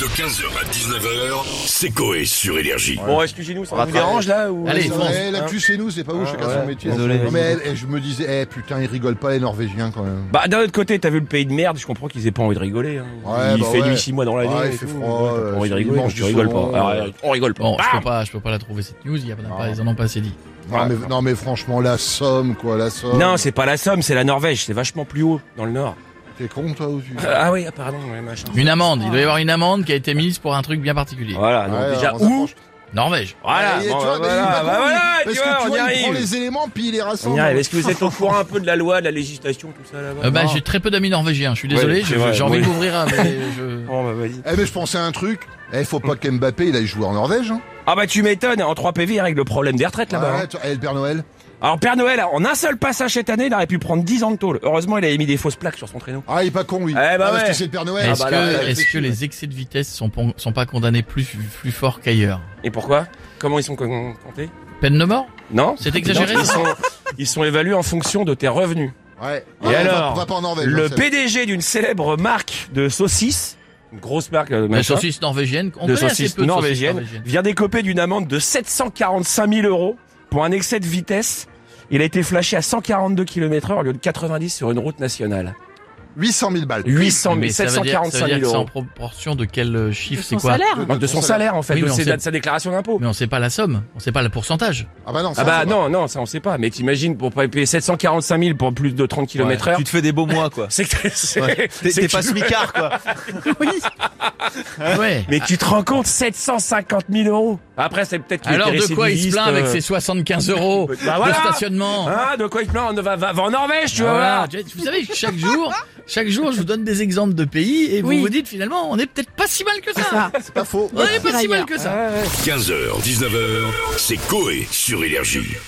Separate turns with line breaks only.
De 15h à 19h, c'est Coé sur Énergie.
Bon, excusez-nous, ça
va
vous
travailler.
dérange là ou...
Allez,
Ça
fonce.
va,
Eh,
hein
L'actu chez nous, c'est pas ouf, chacun son métier.
Désolé,
Non, mais eh, je me disais, eh, putain, ils rigolent pas les Norvégiens quand même.
Bah d'un autre côté, t'as vu le pays de merde, je comprends qu'ils aient pas envie de rigoler. hein.
Ouais,
il
bah
fait
ouais.
nuit 6 mois dans l'année.
Ouais, il
et
fait
tout,
froid,
t'as pas envie de
euh,
rigoler,
mange
tu
du
rigoles pas.
saumon.
Ah, ouais, on rigole pas.
Bon, je
Bam
peux pas, je peux pas la trouver cette news. Il y en a pas, ils en ont pas assez dit.
Non, mais, non, mais franchement, la Somme, quoi, la Somme.
Ah. non, c'est pas la Somme, c'est la Norvège, c'est vachement plus haut dans le nord.
T'es con, toi, ou tu.
Ah oui, ah, pardon, ouais, machin.
Une amende. Il doit y avoir une amende qui a été mise pour un truc bien particulier.
Voilà, donc
Ouais,
déjà
on
où
s'approche.
Norvège.
Voilà,
Et Eh, tu
bon, bah,
vois, mais
voilà,
il va
bah,
pas
voilà, tu
Parce que
vois,
tu
on y
vois, il prend
arrive.
les éléments, puis il les
On y
rassemble.
arrive. Est-ce que vous êtes au courant un peu de la loi, de la législation, tout ça là-bas
Euh, bah,
Non.
j'ai très peu d'amis norvégiens. Je suis désolé.
Ouais,
je-
c'est vrai,
J'ai envie
oui.
de m'ouvrir, hein, mais je.
Bon, bah, vas-y.
Eh, mais je pensais à un truc. Eh, faut pas qu'Mbappé, il aille jouer en Norvège, hein.
Ah bah tu m'étonnes, en 3 PV, il règle le problème des retraites là-bas. hein.
Ouais, tu- eh, le Père Noël.
Alors Père Noël, en un seul passage cette année, il aurait pu prendre 10 ans de tôle. Heureusement, il avait mis des fausses plaques sur son traîneau.
Ah, il est pas con, lui.
Eh bah
Ah, parce
ouais.
que c'est le Père Noël.
Est-ce
bah
que,
là, là,
est-ce que les excès de vitesse sont, pon- sont pas condamnés plus, plus fort qu'ailleurs
Et pourquoi Comment ils sont con- comptés
Peine de mort
Non
C'est exagéré,
Non, ils,
ça
sont, ils sont évalués en fonction de tes revenus.
Ouais.
bah. Et
Ouais,
alors,
va, va pas en Norvège.
Le
hein,
PDG d'une célèbre marque de saucisses, une grosse marque euh,
La
machin,
saucisse norvégienne On
de
connaît assez
saucisses
peu de saucisses
norvégiennes,
norvégiennes.
vient d'écoper d'une amende de 745 000 euros pour un excès de vitesse. Il a été flashé à 142 km/h au lieu de 90 sur une route nationale.
800 000 balles.
800 000,
Mais ça veut dire,
745
ça veut dire
000
que c'est en
euros.
proportion de quel euh, chiffre C'est
son
quoi
salaire.
De
Ah, bah
son salaire en fait,
Oui,
de,
mais on
ses-
sait-
de sa déclaration d'impôt.
Mais on sait pas la somme. On sait pas le pourcentage.
Ah, bah non, ça,
Ah bah
ça va.
non, non, ça on sait pas. Mais t'imagines, pour pas payer 745 000 pour plus de 30 km heure,
Tu te fais des beaux mois, quoi.
c'est que c'est-
Ouais. T'es
c'est
t'es
que
pas
tu-
smicard, quoi.
Ouais.
Mais tu te rends compte, 750 000 euros Après, c'est peut-être qu'il
Alors
était
de quoi il se
récidiviste,
plaint avec
euh,
ses 75 euros
Bah voilà.
de stationnement
Ah, de quoi il se plaint On va, va, va en Norvège, tu
Ah,
vois
voilà. Vous savez, chaque jour, chaque jour, je vous donne des exemples de pays et
Oui.
vous vous dites finalement, on n'est peut-être pas si mal que ça.
Ça.
C'est pas faux.
On n'est pas si mal que ça.
voilà. 15h, 19h, c'est Coé sur Énergie.